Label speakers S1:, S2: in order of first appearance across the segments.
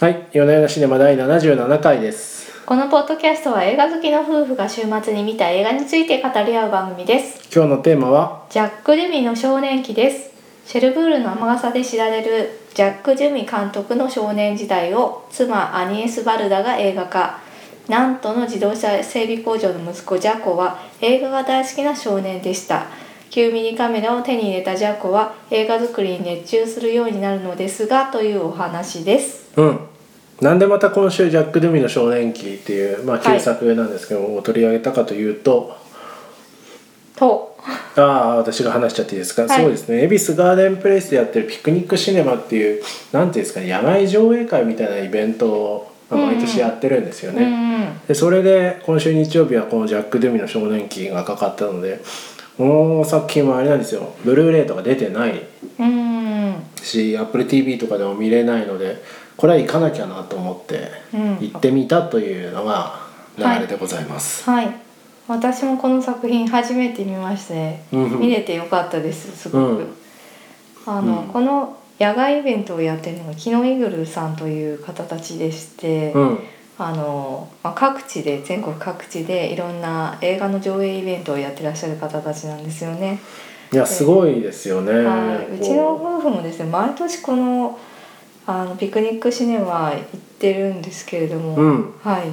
S1: はい、夜な夜なシネマ第77回です。
S2: このポッドキャストは映画好きの夫婦が週末に見た映画について語り合う番組です
S1: 今日のテーマは、
S2: ジャック・デュミの少年期ですシェルブールの尼崎で知られるジャック・デュミ監督の少年時代を妻アニエス・バルダが映画化なんとの自動車整備工場の息子ジャコは映画が大好きな少年でした9ミリカメラを手に入れたジャコは映画作りに熱中するようになるのですがというお話です
S1: うん。なんでまた今週ジャック・ドゥミの少年期っていう、まあ、旧作なんですけど、を取り上げたかというと、
S2: と
S1: ああ、私が話しちゃっていいですか。
S2: はい
S1: そうですね。恵比寿ガーデンプレイスでやってるピクニックシネマっていう、なんていうんですかね、野外上映会みたいなイベントを、まあ毎年やってるんですよね。
S2: うん
S1: でそれで今週日曜日はこのジャック・ドゥミの少年期がかかったのでこの作品はあれなんですよブルーレイとか出てない
S2: うんうん
S1: し AppleTV とかでも見れないのでこれは行かなきゃなと思って
S2: うん
S1: 行ってみたというのが流れでございます、
S2: はい私もこの作品初めて見まして
S1: うんうん
S2: 見れてよかったですすごく、
S1: うん
S2: あの、
S1: うん
S2: この野外イベントをやってるのがキノイグルさんという方たちでして、
S1: うん
S2: あのまあ、各地で全国各地でいろんな映画の上映イベントをやってらっしゃる方たちなんですよね、
S1: いやすごいですよね、
S2: はい、うちの
S1: こ
S2: 夫婦もですね毎年このあのピクニックシネマ行ってるんですけれども、
S1: うん
S2: はい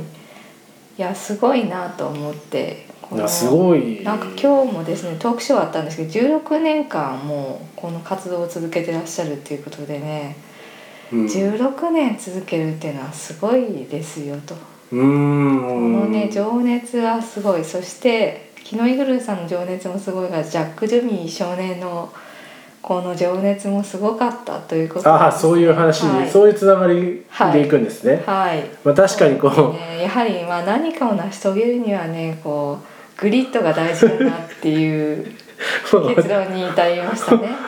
S2: いやすごいなと思ってこ
S1: うい
S2: の
S1: やすごい
S2: なんか今日もですねトークショーあったんですけど16年間もうこの活動を続けてらっしゃるっていうことでね、
S1: うん
S2: 16年続けるっていうのはすごいですよと、
S1: うん
S2: このね情熱はすごいそしてキノイグルーさんの情熱もすごいがジャック・ジュミー少年のこの情熱もすごかったということ
S1: ああそういう話、
S2: はい
S1: そういうつながりでいくんですね、
S2: はい
S1: まあ、確かにこう、
S2: ね、やはりまあ何かを成し遂げるにはねこうグリッドが大事だなっていう結論に至りましたね。グリ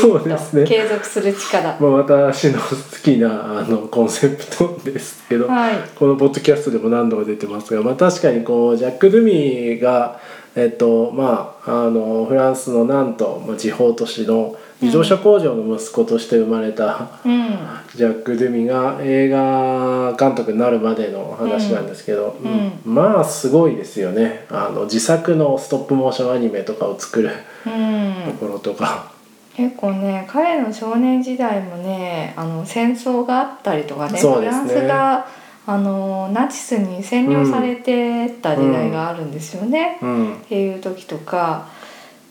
S1: そう
S2: ッ
S1: で
S2: ド
S1: すね
S2: 継続する力。
S1: まあ、私の好きなあのコンセプトですけど、
S2: はい。
S1: このポッドキャストでも何度も出てますが、まあ、確かにこうジャック・ドゥミーが、えっとまあ、あのフランスのなんとまあ地方都市の自動車工場の息子として生まれた、
S2: うん。
S1: ジャック・ドゥミーが映画監督になるまでの話なんですけど、
S2: うんうん
S1: うんまあすごいですよねあの自作のストップモーションアニメとかを作る
S2: う
S1: と
S2: ん。
S1: ころとか。
S2: 結構ね彼の少年時代もねあの戦争があったりとかね
S1: そう
S2: フ
S1: です
S2: ラ
S1: ね
S2: ンスがあのナチスに占領されてた時代があるんですよね。
S1: うん
S2: っていう時とか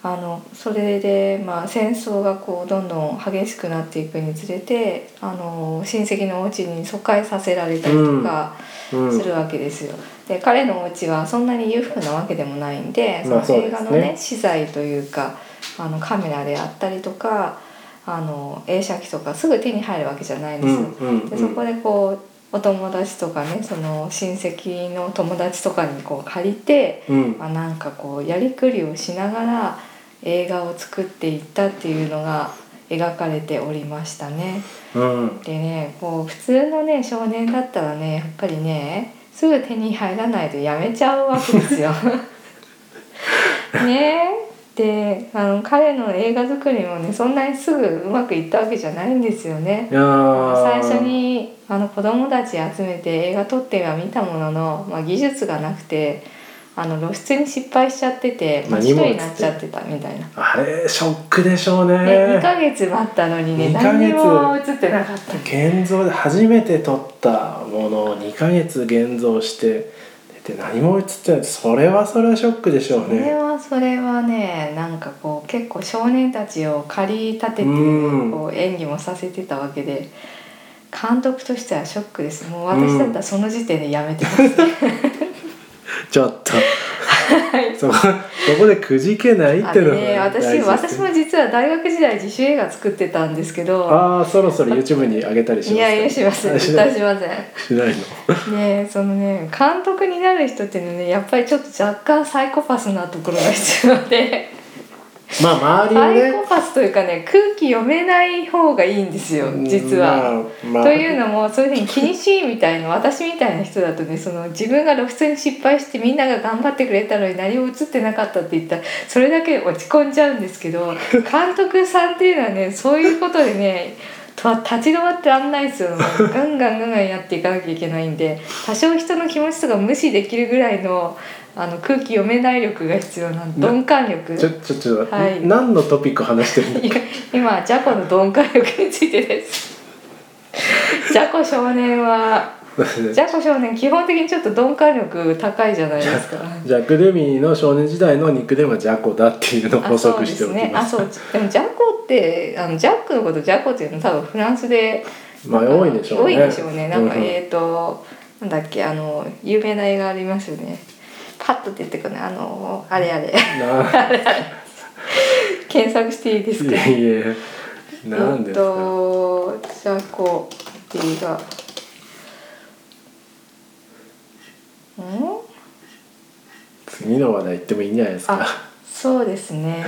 S2: あのそれで、まあ、戦争がこうどんどん激しくなっていくにつれてあの親戚のお家に疎開させられたりとか
S1: うん
S2: するわけですよ。で彼のお家はそんなに裕福なわけでもないんでそ
S1: まあ
S2: の
S1: そう
S2: 映
S1: ですね
S2: 画のね資材というかあのカメラであったりとかあの映写機とかすぐ手に入るわけじゃないんで
S1: う
S2: す
S1: ん
S2: よ。
S1: うんうん
S2: でそこでこうお友達とかねその親戚の友達とかにこう借りて
S1: うん
S2: まあ、なんかこうやりくりをしながら映画を作っていったっていうのが描かれておりましたね。
S1: うん
S2: でねこう普通のね少年だったらねやっぱりねすぐ手に入らないとやめちゃうわけです よ。ねであの彼の映画作りもねそんなにすぐうまくいったわけじゃないんですよね。
S1: いやー
S2: 最初にあの子供たち集めて映画撮っては見たものの、まあ、技術がなくてあの露出に失敗しちゃってて真
S1: 何
S2: っ
S1: も
S2: 白
S1: 映って
S2: になっちゃってたみたいな。
S1: あれショックでしょうね
S2: ね、2ヶ月待ったのにね
S1: 二ヶ月
S2: 何にも映ってなかった
S1: 現像で初めて撮ったものを2ヶ月現像してで何も映ってないそれはそれはショックでしょう
S2: それ
S1: ね
S2: はそれはねなんかこう結構少年たちを駆り立てて
S1: うん
S2: こう演技もさせてたわけで監督としてはショックですもう私だったらその時点でや めてます、
S1: ちょっとそこそこでくじけないっ
S2: あ
S1: てい
S2: れ
S1: うのが
S2: ね
S1: 大
S2: 私
S1: 事です
S2: 私
S1: ね
S2: も実は大学時代自主映画作ってたんですけど
S1: ああそろそろ YouTube に上げたりします
S2: いやいやしません
S1: あし
S2: 絶
S1: な
S2: 対
S1: い
S2: しません
S1: し ないの
S2: ねそのね監督になる人っていうのはねやっぱりちょっと若干サイコパスなところが必要で
S1: まあ周り
S2: サイ
S1: を
S2: コ
S1: ね
S2: パスというかね空気読めない方がいいんですよ実は。
S1: まあまあ
S2: というのもそういうふうに気にしいみたいな 私みたいな人だとねその自分が露出に失敗してみんなが頑張ってくれたのに何も映ってなかったって言ったらそ れだけ落ち込んじゃうんですけど監督さんっていうのはねそういうことでねと立ち止まってらんないですよ、ね、ガンガンガンガンやっていかなきゃいけないんで多少人の気持ちとか無視できるぐらいのあの空気読めない力が必要な鈍感力
S1: ちょちょちょ、
S2: はい
S1: 何の トピック話してるんだっ
S2: いや今ジャコの鈍感力についてですジャコ少年は
S1: け
S2: ジャコ少年基本的にちょっと鈍感力高いじゃないで すか
S1: ジャック・ルミーの少年時代のニックネームはジャコだっていうのを補
S2: あそう
S1: 足
S2: で
S1: して
S2: す
S1: おき
S2: ね
S1: ま
S2: あ
S1: す
S2: そうでもジャコってあのジャックのことジャコっていうの多分フランスで
S1: まあ多いでしょうね
S2: 多いでしょうねなんか、
S1: うん
S2: えっ、となんだっけあの有名な映画ありますよねパッと出てくるねあのあれあ れ
S1: な
S2: 検索していいです
S1: い
S2: か
S1: やいやなんです
S2: え
S1: か、
S2: っとじゃあこう映画ん
S1: 次の話題行ってもいいんじゃないですか
S2: あそうで すね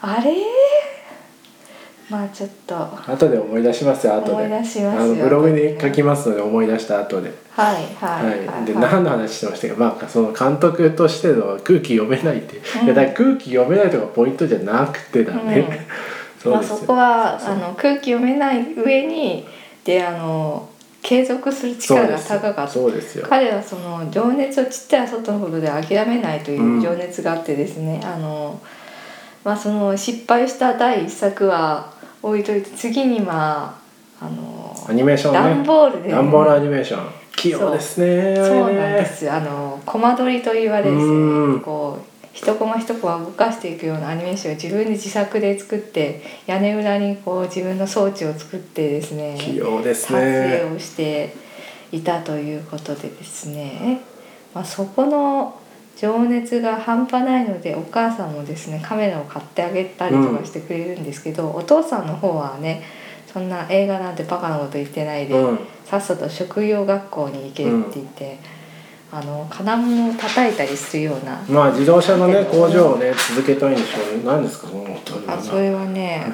S2: あれまあちょっとは
S1: 後で思い出しますよ後で
S2: 思い出しますよ
S1: あのブログに書きますので思い出した後で
S2: いはい
S1: はい、で
S2: はい
S1: 何の話してましたか、まあ、その監督としての空気読めないって、
S2: うん
S1: いやだから空気読めないとかポイントじゃなくてだね、
S2: ま
S1: そう
S2: あ、
S1: です
S2: そ
S1: よ、
S2: こはあの空気読めない上にであの継続する力が高かった
S1: そうですよそう
S2: 彼はその情熱をちっちゃい外のことで諦めないという情熱があってですね、あのまあ、その失敗した第一作は置いといて次にまああの
S1: ですよアニメーションね
S2: 段ボールで、
S1: ダンボールアニメーション器用ですね
S2: そう
S1: あ
S2: なん
S1: れ
S2: で
S1: ね
S2: すあのコマ撮りと言われるです
S1: う
S2: ね
S1: ん
S2: こう一コマ一コマ動かしていくようなアニメーションを自分で自作で作って屋根裏にこう自分の装置を作ってですね
S1: 器用です
S2: 撮影
S1: ね
S2: をしていたということでですね、まあ、そこの情熱が半端ないのでお母さんもですねカメラを買ってあげたりとかしてくれるんですけど、お父さんの方はねそんな映画なんてバカなこと言ってないで、
S1: うん
S2: さっさと職業学校に行けって言って、あの金物を叩いたりするような、
S1: まあ自動車のね工場をね続けたいんでしょうね何ですかその音は
S2: あそれはね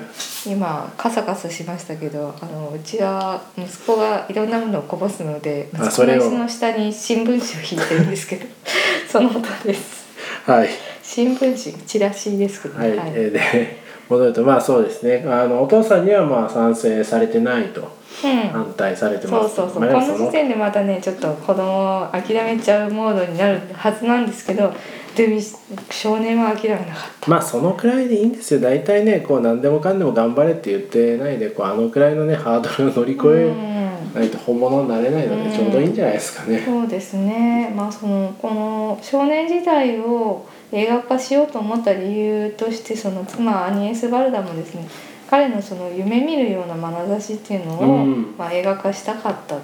S2: 今カサカサしましたけどあのうちは息子がいろんなものをこぼすので息
S1: あ
S2: 子
S1: そ
S2: の
S1: れを
S2: 椅子の下に新聞紙を引いてるんですけど その音です
S1: はい
S2: 新聞紙チラシですけど
S1: はい、
S2: ね、
S1: えーで 戻るとまあそうですねあのお父さんにはまあ賛成されてないと
S2: うん
S1: 反対されて
S2: そ
S1: ま
S2: う
S1: す
S2: そうそう、
S1: まあ
S2: こ
S1: でも
S2: の時点でまたねちょっと子供を諦めちゃうモードになるはずなんですけどルミ少年は諦めなかった。
S1: まあそのくらいでいいんですよ大体ねこう何でもかんでも頑張れって言ってないでこうあのくらいのねハードルを乗り越え
S2: うん
S1: ないと本物になれないの
S2: うん
S1: でちょうどいいんじゃないですかね。
S2: そうですね、まあ、そのこの少年時代を映画化しようと思った理由としてその妻アニエス・バルダもですね彼のその夢見るような眼差しっていうのを、
S1: うん
S2: まあ、映画化したかったと。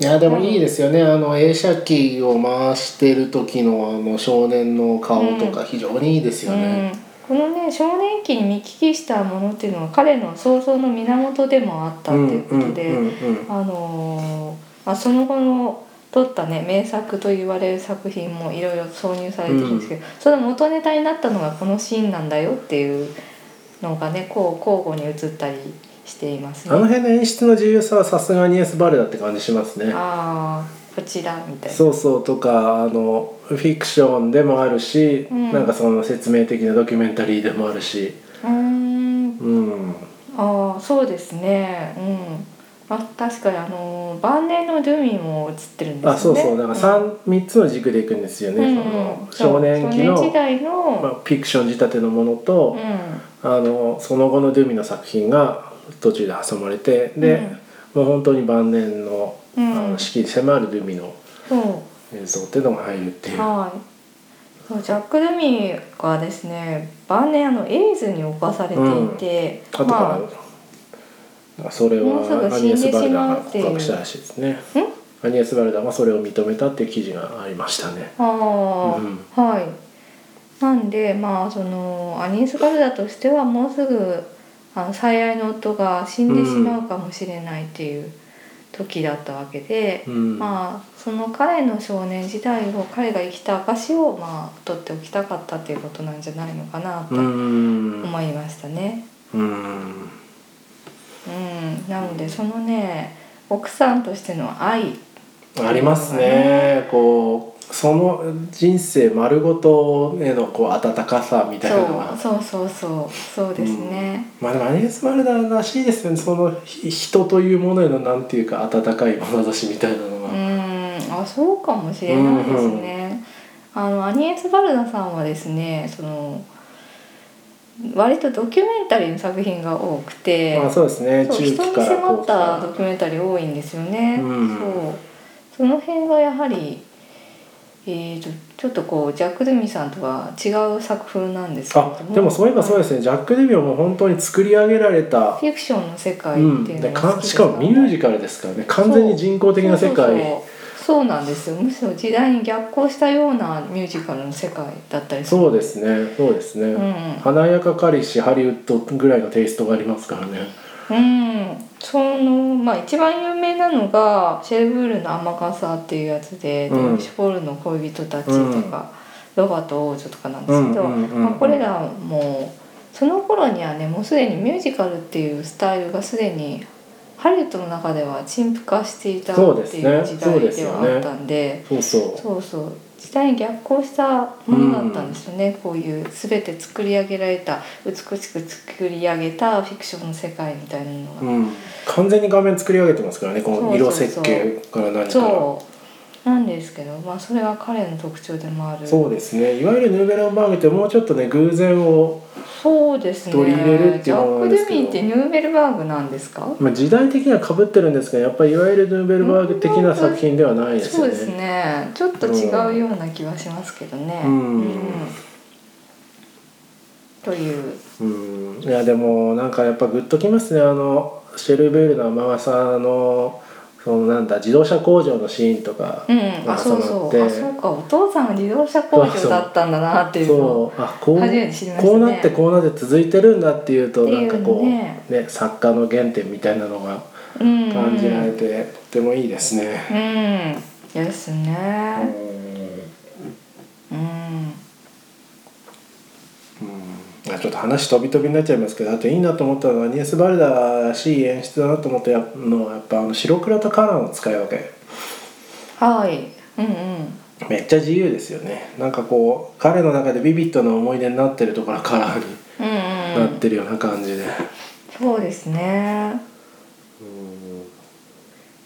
S1: いやでもいいですよねあの映写機を回してる時のあの少年の顔とか非常にいいですよね。
S2: うん、このね少年期に見聞きしたものっていうのは彼の想像の源でもあったっていうことで、
S1: うんうんうん
S2: あのーまあ、その後の撮ったね名作と言われる作品もいろいろ挿入されてるんですけど、その元ネタになったのがこのシーンなんだよっていうのがねこう交互に映ったりしています
S1: あの
S2: ね。
S1: 辺の演出の自由さはさすがにエスバルダって感じしますね。
S2: あーこちらみたいな。
S1: そうそうとかあのフィクションでもあるし、
S2: うん
S1: なんかその説明的なドキュメンタリーでもあるし、
S2: うーん
S1: うん、
S2: ああそうですねうん。まあ、確かにあのー晩年のルミも映ってるんですよね。
S1: あそうそうだから
S2: うん
S1: 三三つの軸でいくんですよね、
S2: うん
S1: その
S2: そう
S1: 少年期
S2: 少
S1: の
S2: 時代の、
S1: まあ、フィクション仕立てのものと、あのその後のドゥミの作品が途中で挟まれてで、もう本当に晩年の,、
S2: うん
S1: あの四季に迫るドゥミの
S2: うん、そう
S1: 映像っていうのが入るっていう、
S2: はい。そうジャック・ルミがですね晩年あのエイズに侵されていて、
S1: あとから、
S2: ま
S1: それ
S2: もうすぐ死
S1: はアニ
S2: んで
S1: エス・バルダ
S2: しま
S1: が
S2: うっていう
S1: 告白したらしいですね
S2: あ、
S1: ア
S2: ん
S1: ニエス・バルダがそれを認めたっていう記事がありましたね
S2: あ
S1: うん
S2: あ、はい。なんでまあそのアニエス・ガルダとしてはもうすぐあの最愛の夫が死んでしまうかもしれないっていう時だったわけで、
S1: うん、
S2: まあその彼の少年時代を彼が生きた証をまあ取っておきたかったっていうことなんじゃないのかなと
S1: うん
S2: 思いましたね。
S1: うん
S2: うん、なのでそのね奥さんとしての愛
S1: ありますねこうその人生丸ごとへのこう温かさみたいなのが
S2: そうそうそうそうそうですね、
S1: まあでもアニエス・マルダーらしいですよねそのひ人というものへのなんていうか温かい眼差しみたいなの
S2: う
S1: が、
S2: んあそうかもしれないですね。あのアニエス・バルダさんはですねその割とドキュメンタリーの作品が多くて、
S1: まあそうですね
S2: そう
S1: 中
S2: 人
S1: 期
S2: に
S1: から
S2: 迫
S1: 後
S2: っ
S1: 期から
S2: たドキュメンタリー多いんですよね。
S1: うん
S2: そうその辺がやはり、えー、とちょっとこうジャック・ドゥミさんとは違う作風なんですけれ
S1: あ
S2: ども
S1: でもそういえばそうですね、ジャック・デビオも本当に作り上げられた、
S2: フィクションの世界
S1: う
S2: っ
S1: ん、
S2: ていう
S1: で
S2: のが好
S1: か
S2: きで
S1: し
S2: す
S1: からもミュージカルですからね完全に人工的な世界
S2: そうそうそうそうなんですよむしろ時代に逆行したようなミュージカルの世界だったりする
S1: そうですねそうですね、
S2: うん
S1: 華やかかりしハリウッドぐらいのテイストがありますからね
S2: うんそのまあ一番有名なのが「シェルブールの雨傘」っていうやつで「
S1: うん
S2: デニッシュ・ポールの恋人たち」とか「ロバート王女」とかなんですけど、
S1: うんうんうんうん
S2: まあ、これらもその頃にはねもうすでにミュージカルっていうスタイルがすでにハリウッドの中では陳腐化していたってい
S1: そう
S2: う
S1: ですね
S2: 時
S1: そう
S2: 代
S1: です
S2: で
S1: よ
S2: は
S1: ね
S2: あったんで。
S1: そうそう
S2: そうそう時代に逆行したものだったんですよね、こういう全て作り上げられた美しく作り上げたフィクションの世界みたいなのが、
S1: うん、完全に画面作り上げてますからねこの色設計から何から
S2: そうなんですけど、まあ、それが彼の特徴でもある
S1: そうですねいわゆるヌーベランバーグってもうちょっとね偶然を、
S2: そうですね
S1: 取り入れるって
S2: ジ
S1: いう
S2: ャ
S1: ものな
S2: ッ
S1: ん
S2: ク・
S1: で
S2: デ
S1: すけど
S2: ミーってニューベルバーグなんですか
S1: まあ、時代的にはかぶってるんですけどやっぱりいわゆるヌーベルバーグ的な作品ではないです
S2: そ
S1: よ
S2: う
S1: ね。
S2: ですねちょっと違うような気はしますけどね。
S1: うん
S2: という
S1: うんいやでもなんかやっぱグッときますねあのシェルベールの雨傘のそのなんだ自動車工場のシーンとか
S2: うん、
S1: が
S2: あ、そうそう、あ、そうか、お父さんが自動車工場だったんだなっていうのを
S1: そうあこう
S2: 初めて知りましたね。
S1: こうなってこうなって続いてるんだっていうと
S2: って
S1: ないん
S2: う
S1: かこうね
S2: ね
S1: 作家の原点みたいなのが
S2: うん、
S1: 感じられて、とてもいいですね。
S2: うん、です
S1: うん
S2: ね。うん、
S1: うんあちょっと話飛び飛びになっちゃいますけどあといいなと思ったのはアニエス・バルダーらしい演出だなと思ったのはやっぱあの白黒とカラーの使い分け
S2: はい、うんうん。
S1: めっちゃ自由ですよねなんかこう彼の中でビビッドな思い出になってるところはカラーに
S2: うんう、
S1: なんってるような感じで、
S2: そうですね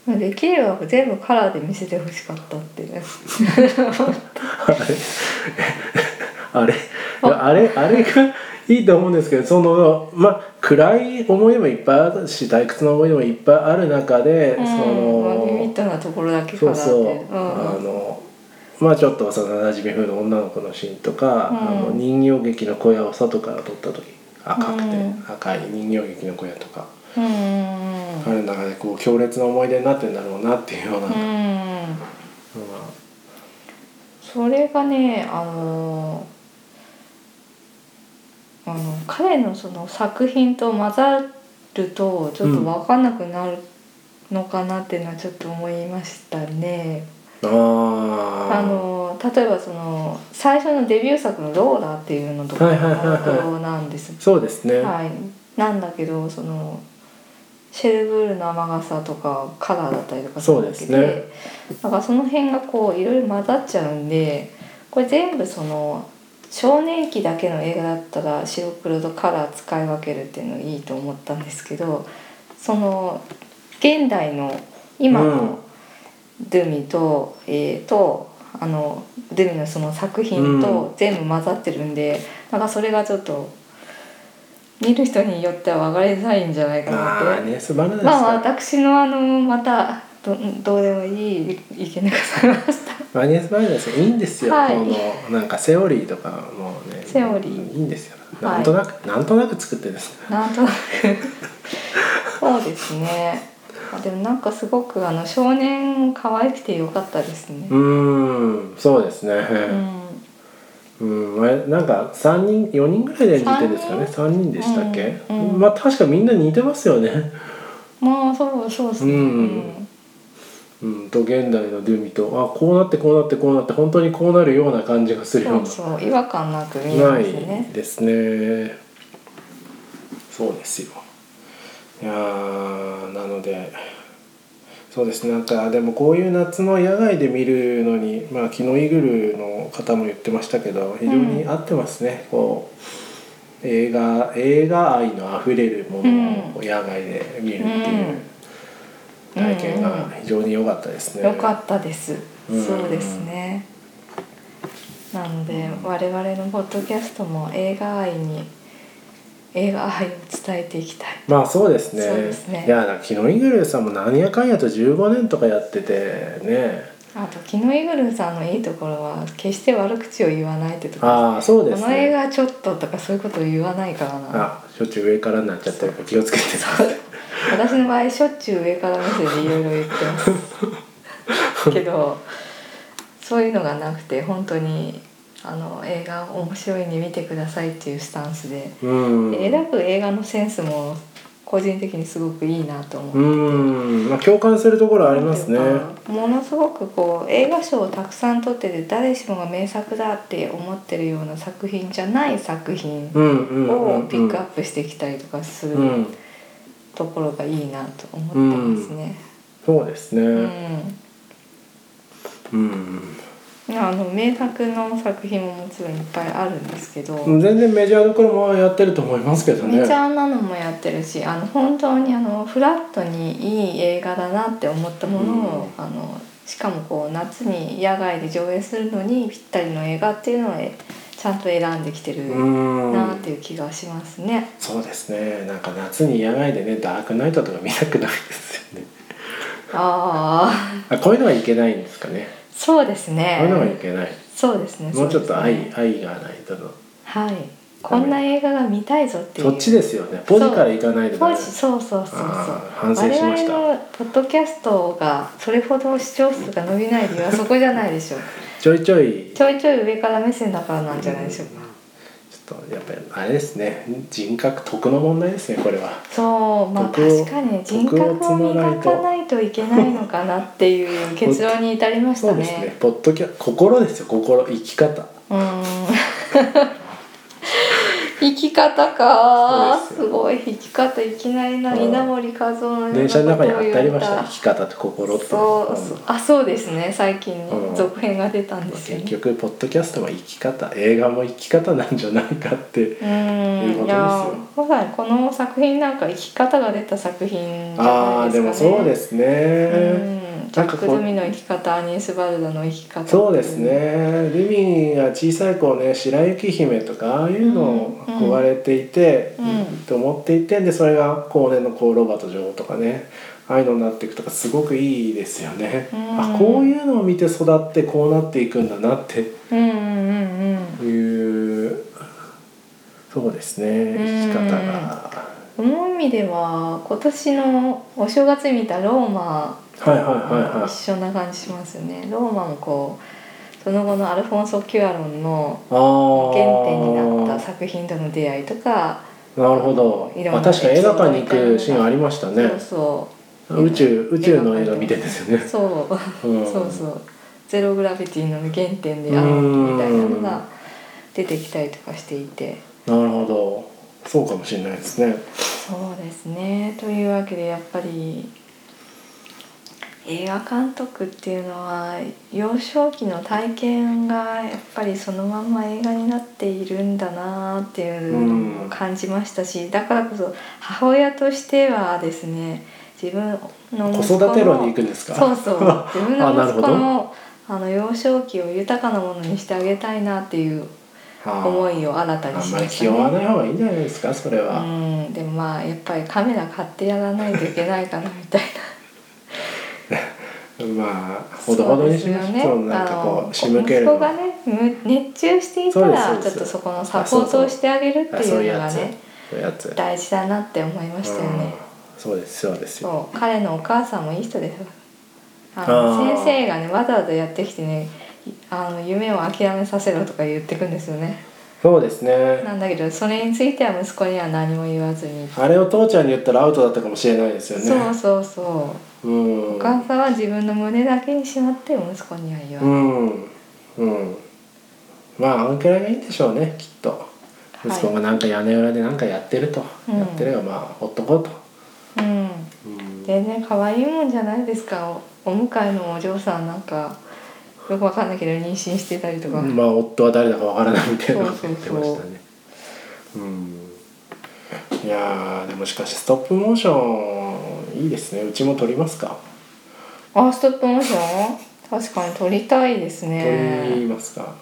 S2: できれば全部カラーで見せてほしかったってね
S1: あれあれあれがいいと思うんですけどそのまあ暗い思い出もいっぱいあるし退屈な思い出もいっぱいある中で、
S2: うん
S1: そ
S2: まあ
S1: の
S2: ビビッドなところだけか
S1: そ
S2: ら
S1: う
S2: って
S1: そう、
S2: ん
S1: あのまあちょっと幼なじみ風の女の子のシーンとか、
S2: うん
S1: あの人形劇の小屋を外から撮った時赤くて、
S2: うん
S1: 赤い人形劇の小屋とか、
S2: うんうんうん
S1: 彼の中でこう強烈な思い出になってるんだろうなっていうような、うん
S2: うんそれがねあのあの彼のその作品と混ざるとちょっと分かんなくなるのかなっていうのはちょっと思いましたね。
S1: ああ
S2: あの例えばその最初のデビュー作の「ローラ」っていうのとか
S1: はいはいはいはい
S2: もなんです。
S1: そうですね、
S2: はい、なんだけどそのシェルブールの雨傘とかカラーだったりとか
S1: そうですね
S2: わけでだからその辺がこういろいろ混ざっちゃうんでこれ全部その少年期だけの映画だったら白黒とカラー使い分けるっていうのいいと思ったんですけどその現代の今のドゥミと、えーとあのドゥミのその作品と全部混ざってるんで、なんかそれがちょっと見る人によっては分かりづらいんじゃないかな
S1: まあ
S2: って。
S1: ね素晴らしいですから、
S2: まあ私のあのまたどどうでもいい意見でございました。
S1: マニアスバイナスいいんですよ、
S2: はい
S1: このなんかセオリーとかもね
S2: セオリー
S1: いいんですよ
S2: はい
S1: なんとなく、なんとなく作ってですね
S2: なんとなくそうですね。あでもなんかすごくあの少年可愛くて良かったですね
S1: う。ーんそうですね
S2: うん。
S1: うん、あれなんか3人4人ぐらいで演じてるんですかね3人でしたっけ、
S2: うんうん
S1: まあ確かみんな似てますよね、
S2: まあそうそうですね。
S1: うんうん、と現代のドゥミとあこうなってこうなってこうなって本当にこうなるような感じがするよ
S2: そうう
S1: な
S2: そう違和感なく見え
S1: な
S2: ま
S1: い
S2: すね。
S1: ですねそうですよいやーなのでそうですねなんかでもこういう夏の野外で見るのに、まあ、キノイグルの方も言ってましたけど非常に合ってますね、こう映画映画愛のあふれるものを野外で見るっていう体験が非常に良かったですね。
S2: よかったです、
S1: うん
S2: そうですねなので我々のポッドキャストも映画愛に映画愛を伝えていきたい
S1: まあそうですね
S2: そうですね
S1: いやだキノイグルさんも何やかんやと15年とかやっててね
S2: あとキノイグルさんのいいところは決して悪口を言わないってところ
S1: ああそう
S2: で
S1: ですすね
S2: この映画ちょっととかそういうことを言わないからな
S1: あしょっちゅう上からになっちゃってるから気をつけて
S2: 私の場合しょっちゅう上から目線でいろいろ言って ますけどそういうのがなくて本当にあの映画面白いに見てくださいっていうスタンスで
S1: うん
S2: 選ぶ映画のセンスも個人的にすごくいいなと思う、
S1: うんまあ共感するところありますね
S2: ものすごくこう映画賞をたくさん取ってて誰しもが名作だって思ってるような作品じゃない作品
S1: うんうんうんう
S2: を
S1: ん
S2: ピックアップしてきたりとかする
S1: うん
S2: ところがいいなと思ってますね。
S1: そうですね
S2: うん
S1: うん、
S2: あの名作の作品ももちろんいっぱいあるんですけど、
S1: 全然メジャーどころもやってると思いますけどね
S2: めちゃあんなのもやってるしあの本当にあのフラットにいい映画だなって思ったものを、あのしかもこう夏に野外で上映するのにぴったりの映画っていうのをえちゃんと選んできてる
S1: うん
S2: なっていう気がしますね。
S1: そうですねなんか夏に野外でねダークナイトとか見たくないですよね
S2: ああ
S1: あこういうのはいけないんですかね
S2: そうです
S1: こういうのはい
S2: ね。
S1: けない
S2: そうですね。
S1: もうちょっと愛,、
S2: そうですね
S1: 愛がないとの
S2: はい。こんな映画が見たいぞっていう。
S1: そっちですよねポジから行かないで
S2: ポ
S1: ダメ
S2: ジそうそうそうそう
S1: あー反省しました
S2: 我々のポッドキャストがそれほど視聴数が伸びない理由はそこじゃないでしょう
S1: ちょいちょい
S2: ちょいちょい上から目線だからなんじゃないでしょうか、
S1: ちょっとやっぱりあれですね人格徳の問題ですねこれは
S2: そうまあ
S1: 徳を
S2: 確かに人格
S1: 徳を
S2: を
S1: 積まない
S2: 磨
S1: と
S2: かないといけないのかなっていう結論に至りまし
S1: そ
S2: た
S1: う
S2: ね
S1: ですねポッドキャ心ですよ心生き方
S2: うーん 生き方か
S1: そうですすよ
S2: ごい生き方いきなりな
S1: うん
S2: 稲森和夫のような
S1: 電車の中に
S2: ことを言
S1: 当
S2: わ
S1: た
S2: れ
S1: りました生き方と心って
S2: そ
S1: う
S2: う
S1: ん
S2: そうあそうですね最近
S1: うん
S2: 続編が出たんですよ
S1: 結
S2: ね。
S1: 局ポッドキャストも生き方映画も生き方なんじゃないかって
S2: う
S1: いう
S2: ー
S1: こと
S2: んい
S1: ですよ
S2: やまさにこの作品なんか生き方が出た作品じゃ
S1: あ
S2: な
S1: あ
S2: い
S1: ーでも
S2: ですかね。
S1: そうですね
S2: うんジ
S1: な
S2: ャ
S1: んか
S2: ッ
S1: こ
S2: ク・
S1: う
S2: ドゥミの生き方アニース・バルダの生き方
S1: そうですねルミンが小さい頃ね白雪姫とかああいうのを憧れていて、
S2: うんうん
S1: と思っていてでそれが後年のこうロバート女王とかねああいうのになっていくとかすごくいいですよね、
S2: うん
S1: あこういうのを見て育ってこうなっていくんだなって
S2: うんうんうんうん
S1: いうそうですね生き方が、
S2: この意味では今年のお正月に見たローマ
S1: はいはいはいはい
S2: 一緒な感じしますよね。ローマもこうその後のアルフォンソ・キュアロンの
S1: あー
S2: 原点になった作品との出会いとか
S1: なるほど
S2: いろんな
S1: あ確かに映画館に行くシーンありましたね
S2: そうそう
S1: 宇宙宇宙の映画見てんですよね
S2: そううんそうそうゼログラビティの原点であるみたいなのが出てきたりとかしていて
S1: なるほどそうかもしれないですね
S2: そうですねというわけでやっぱり映画監督っていうのは幼少期の体験がやっぱりそのまんま映画になっているんだなっていうのを感じましたしだからこそ母親としてはですね自分の
S1: 子
S2: 息子の
S1: 育て論に行くんですか
S2: そうそう自分
S1: あな
S2: の
S1: るほ
S2: 息
S1: ど
S2: 子のあの幼少期を豊かなものにしてあげたいなっていう
S1: あー
S2: 思いを新たに
S1: あん
S2: し
S1: ま
S2: ま
S1: り
S2: した
S1: 気負わ
S2: ね。
S1: ない方がいいんじゃないですかそれは、
S2: うん、でもまあやっぱりカメラ買ってやらないといけないかなみたい
S1: まあ
S2: な
S1: ほどほどにしま
S2: そ
S1: し
S2: うです
S1: ょ
S2: よ
S1: う、なんか
S2: あ
S1: こ
S2: の
S1: う仕向ける
S2: 息
S1: の
S2: 子がねむ熱中していた
S1: そう
S2: ら
S1: ですそう
S2: ちょっ
S1: です
S2: とそこのサポートをしてあげるっていうの
S1: あ
S2: が
S1: そうそう
S2: ね
S1: そういうやつ
S2: 大事だなって思いましたよね。
S1: うんそうですそうですよ
S2: そう彼のお母さんもいい人ですあの
S1: あー
S2: 先生がねわざわざやってきてねいあの夢を諦めさせろとか言ってくんですよね
S1: そうですね
S2: なんだけどそれについては息子には何も言わずに、
S1: あれを父ちゃんに言ったらアウトだったかもしれないですよね
S2: そうそうそう
S1: う
S2: お
S1: ん
S2: 母さんは自分の胸だけにしまって息子には言わ
S1: う
S2: ない、
S1: んうんまああんくらいがいいんでしょうねきっと
S2: い
S1: 息子がなんか屋根裏でなんかやってると、
S2: うん
S1: やってればまあほっとこうと
S2: うん
S1: うん
S2: 全然可愛いもんじゃないですかおお向かいのお嬢さんなんかよくわかんないけど妊娠してたりとか、
S1: まあ夫は誰だかわからないみたいなこと
S2: そう
S1: 言
S2: そ
S1: って
S2: うそう
S1: ましたねうんいやーでもしかしストップモーションいいですねうちも撮りますか
S2: あストップモーション確かに撮りたいです
S1: 撮り
S2: ね
S1: ますか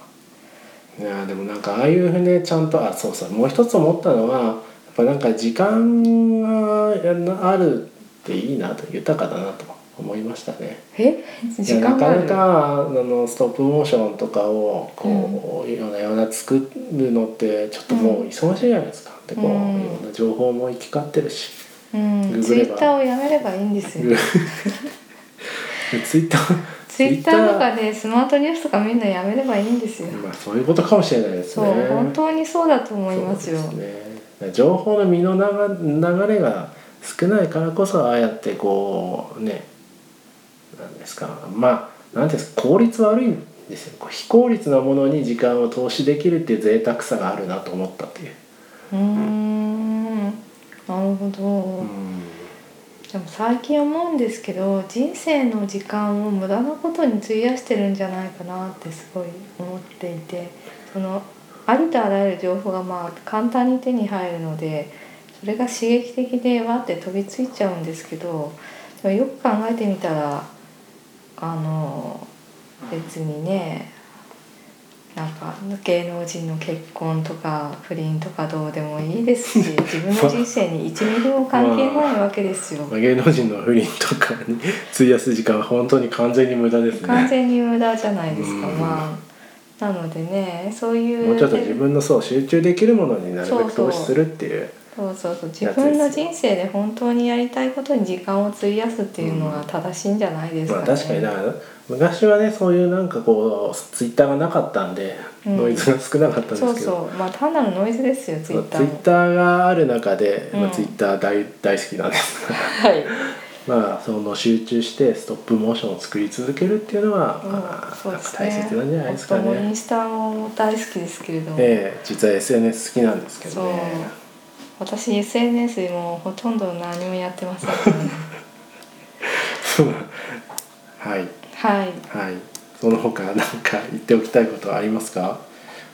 S1: いやーでもなんかああいうねちゃんとあそうそうもう一つ思ったのはやっぱなんか時間があるっていいなと豊かだなと思いましたね
S2: え
S1: い
S2: 時
S1: や
S2: 間
S1: な
S2: が
S1: か
S2: ある
S1: なかあのストップモーションとかをこう、いろんなような作るのってちょっともう忙しいじゃないですか、でこう、
S2: うん
S1: いろんな情報も行き交ってる し、
S2: うん、
S1: グ
S2: ツ
S1: グ
S2: イ
S1: れば
S2: ッターをやめればいいんですよ
S1: ツイッター
S2: ツイッターとかでスマートニュースとかみんなやめればいいんですよ、
S1: まあそういうことかもしれないです
S2: そう
S1: ね
S2: 本当にそうだと思いますよ
S1: そうですね情報の身の流流れが少ないからこそああやってこうねなんですかまあなんていうんですか効率悪いんですよこう非効率なものに時間を投資できるっていう贅沢さがあるなと思ったっていう、
S2: うーんなるほど、でも最近思うんですけど人生の時間を無駄なことに費やしてるんじゃないかなってすごい思っていてそのありとあらゆる情報がまあ簡単に手に入るのでそれが刺激的でわーって飛びついちゃうんですけどでもよく考えてみたらあの別にねなんか芸能人の結婚とか不倫とかどうでもいいですし自分の人生に1ミリも関係ないわけですよ。
S1: まあ、芸能人の不倫とかに 費やす時間は本当に完全に無駄ですね
S2: 完全に無駄じゃないですか、
S1: うん
S2: まあなのでねそういう
S1: もうちょっと自分のそう集中できるものになるべ
S2: そう
S1: く
S2: そう
S1: 投資するっていう
S2: そうそうそう自分の人生で本当にやりたいことに時間を費やすっていうのが正しいんじゃないですか、
S1: ま
S2: ね
S1: あ確かにだから昔はねそういうなんかこうツイッターがなかったんで、
S2: うん
S1: ノイズが少なかったんですけ
S2: そ
S1: ど
S2: うそうまあ単なるノイズですよツイ
S1: まあ
S2: ッタ
S1: ツ
S2: ー
S1: イ
S2: も
S1: ッターがある中で、
S2: うん
S1: まあ、ツイッター大大好きなんです が
S2: はい、
S1: まあその集中してストップモーションを作り続けるっていうのは、ま
S2: う
S1: あ
S2: ん、そう
S1: なん
S2: で
S1: か
S2: す
S1: 大
S2: ね
S1: 切なんじゃないですか
S2: 夫もイ
S1: ね
S2: ン。スタも大好きですけれども、
S1: ええ実は SNS 好きなんですけどね。
S2: 私 SNS もほとんど何もやってませんから ね
S1: そう はい
S2: はい
S1: はい。その他なんか言っておきたいことはありますか？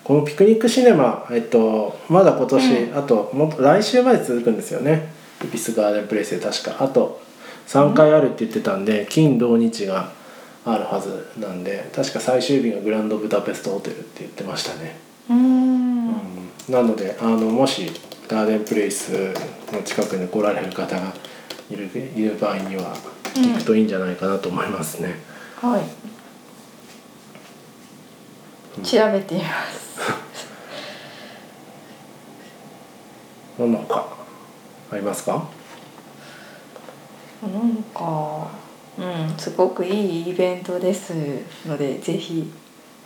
S1: このピクニックシネマ、えっとまだ今年、
S2: う
S1: あともっと来週まで続くんですよね。エビスガーデンプレイスで確かあと3回あるって言ってたんで、金土日があるはずなんで、確か最終日がグランドブダペストホテルって言ってましたね。
S2: うーん
S1: うんなのであのもしガーデンプレイスの近くに来られる方がいるいる場合には行くといいんじゃないかなと思いますね。
S2: は
S1: う
S2: い
S1: ん
S2: 調べています
S1: 何なんかありますか
S2: なんか、うん、すごくいいイベントですので、ぜひ、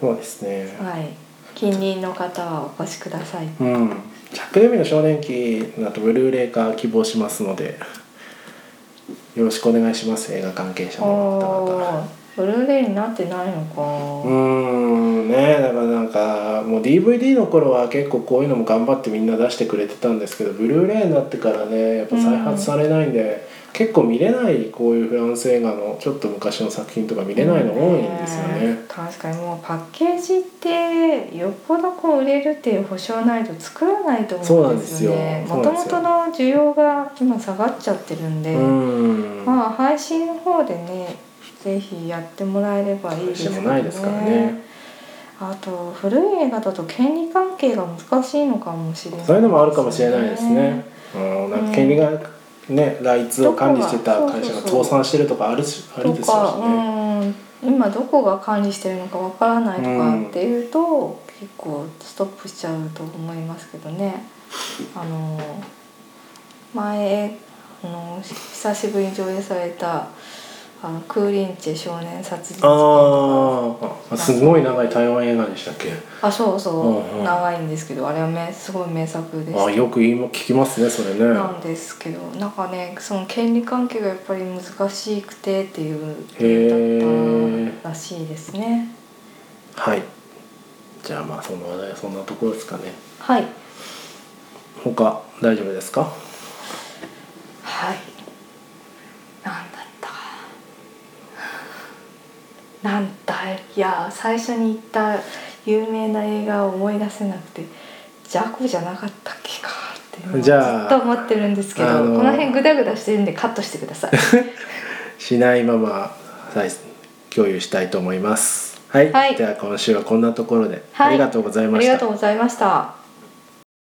S1: そうですね、
S2: はい、近隣の方はお越しください。
S1: うんジャック・デビの少年期だとブルーレイ化希望しますのでよろしくお願いします映画関係者
S2: お
S1: の方
S2: お
S1: 々
S2: ー、ブルーレイになってないの
S1: う。
S2: か
S1: ーんねだからなんかもう DVD の頃は結構こういうのも頑張ってみんな出してくれてたんですけどブルーレイになってからねやっぱ再発されないんで、結構見れないこういうフランス映画のちょっと昔の作品とか見れないの多いんですよね
S2: え。確かにもうパッケージってよっぽどこう売れるっていう保証ないと作らないと思うんですよね
S1: そう
S2: も
S1: な
S2: と
S1: んで
S2: も
S1: すよ
S2: との需要が今下がっちゃってるんで、
S1: うん
S2: まあ配信の方でねぜひやってもらえればいいですけ
S1: 配
S2: ど
S1: 信もないですからね
S2: あと古い映画だと権利関係が難しいのかもしれない、
S1: そういうのもあるかもしれないですね。うん、なんか権利がね、ライツを管理してた会社が倒産してるとかあるし、ある
S2: と
S1: でし
S2: か
S1: ょうしね。
S2: うん今どこが管理してるのかわからないと
S1: うん
S2: かっていうと、結構ストップしちゃうと思いますけどねあの前あの久しぶりに上映されたあのクーリンチェ少年殺人事件とか
S1: ああ、すごい長い台湾映画でしたっけ。
S2: あそうそう、
S1: うんうん
S2: 長いんですけどあれはめすごい名作で
S1: あ、
S2: す
S1: よく言いも聞きますね、それね。
S2: なんですけどなんかねその権利関係がやっぱり難しくてっていう
S1: へー
S2: だったらしいですね
S1: はい。じゃあ、まあ、その話題はそんなところですかね。
S2: はい
S1: 他、大丈夫ですか。
S2: はいなんだいや最初に言った有名な映画を思い出せなくてジャコじゃなかったっけかって
S1: じゃあ
S2: ずっと思ってるんですけど
S1: あの
S2: この辺グダグダしてるんでカットしてく ださい
S1: しないままはい共有したいと思います。はい、
S2: はい
S1: では今週はこんなところで、
S2: はい
S1: ありがとうござい
S2: あ
S1: ま
S2: り
S1: し
S2: が
S1: た
S2: とう。ございました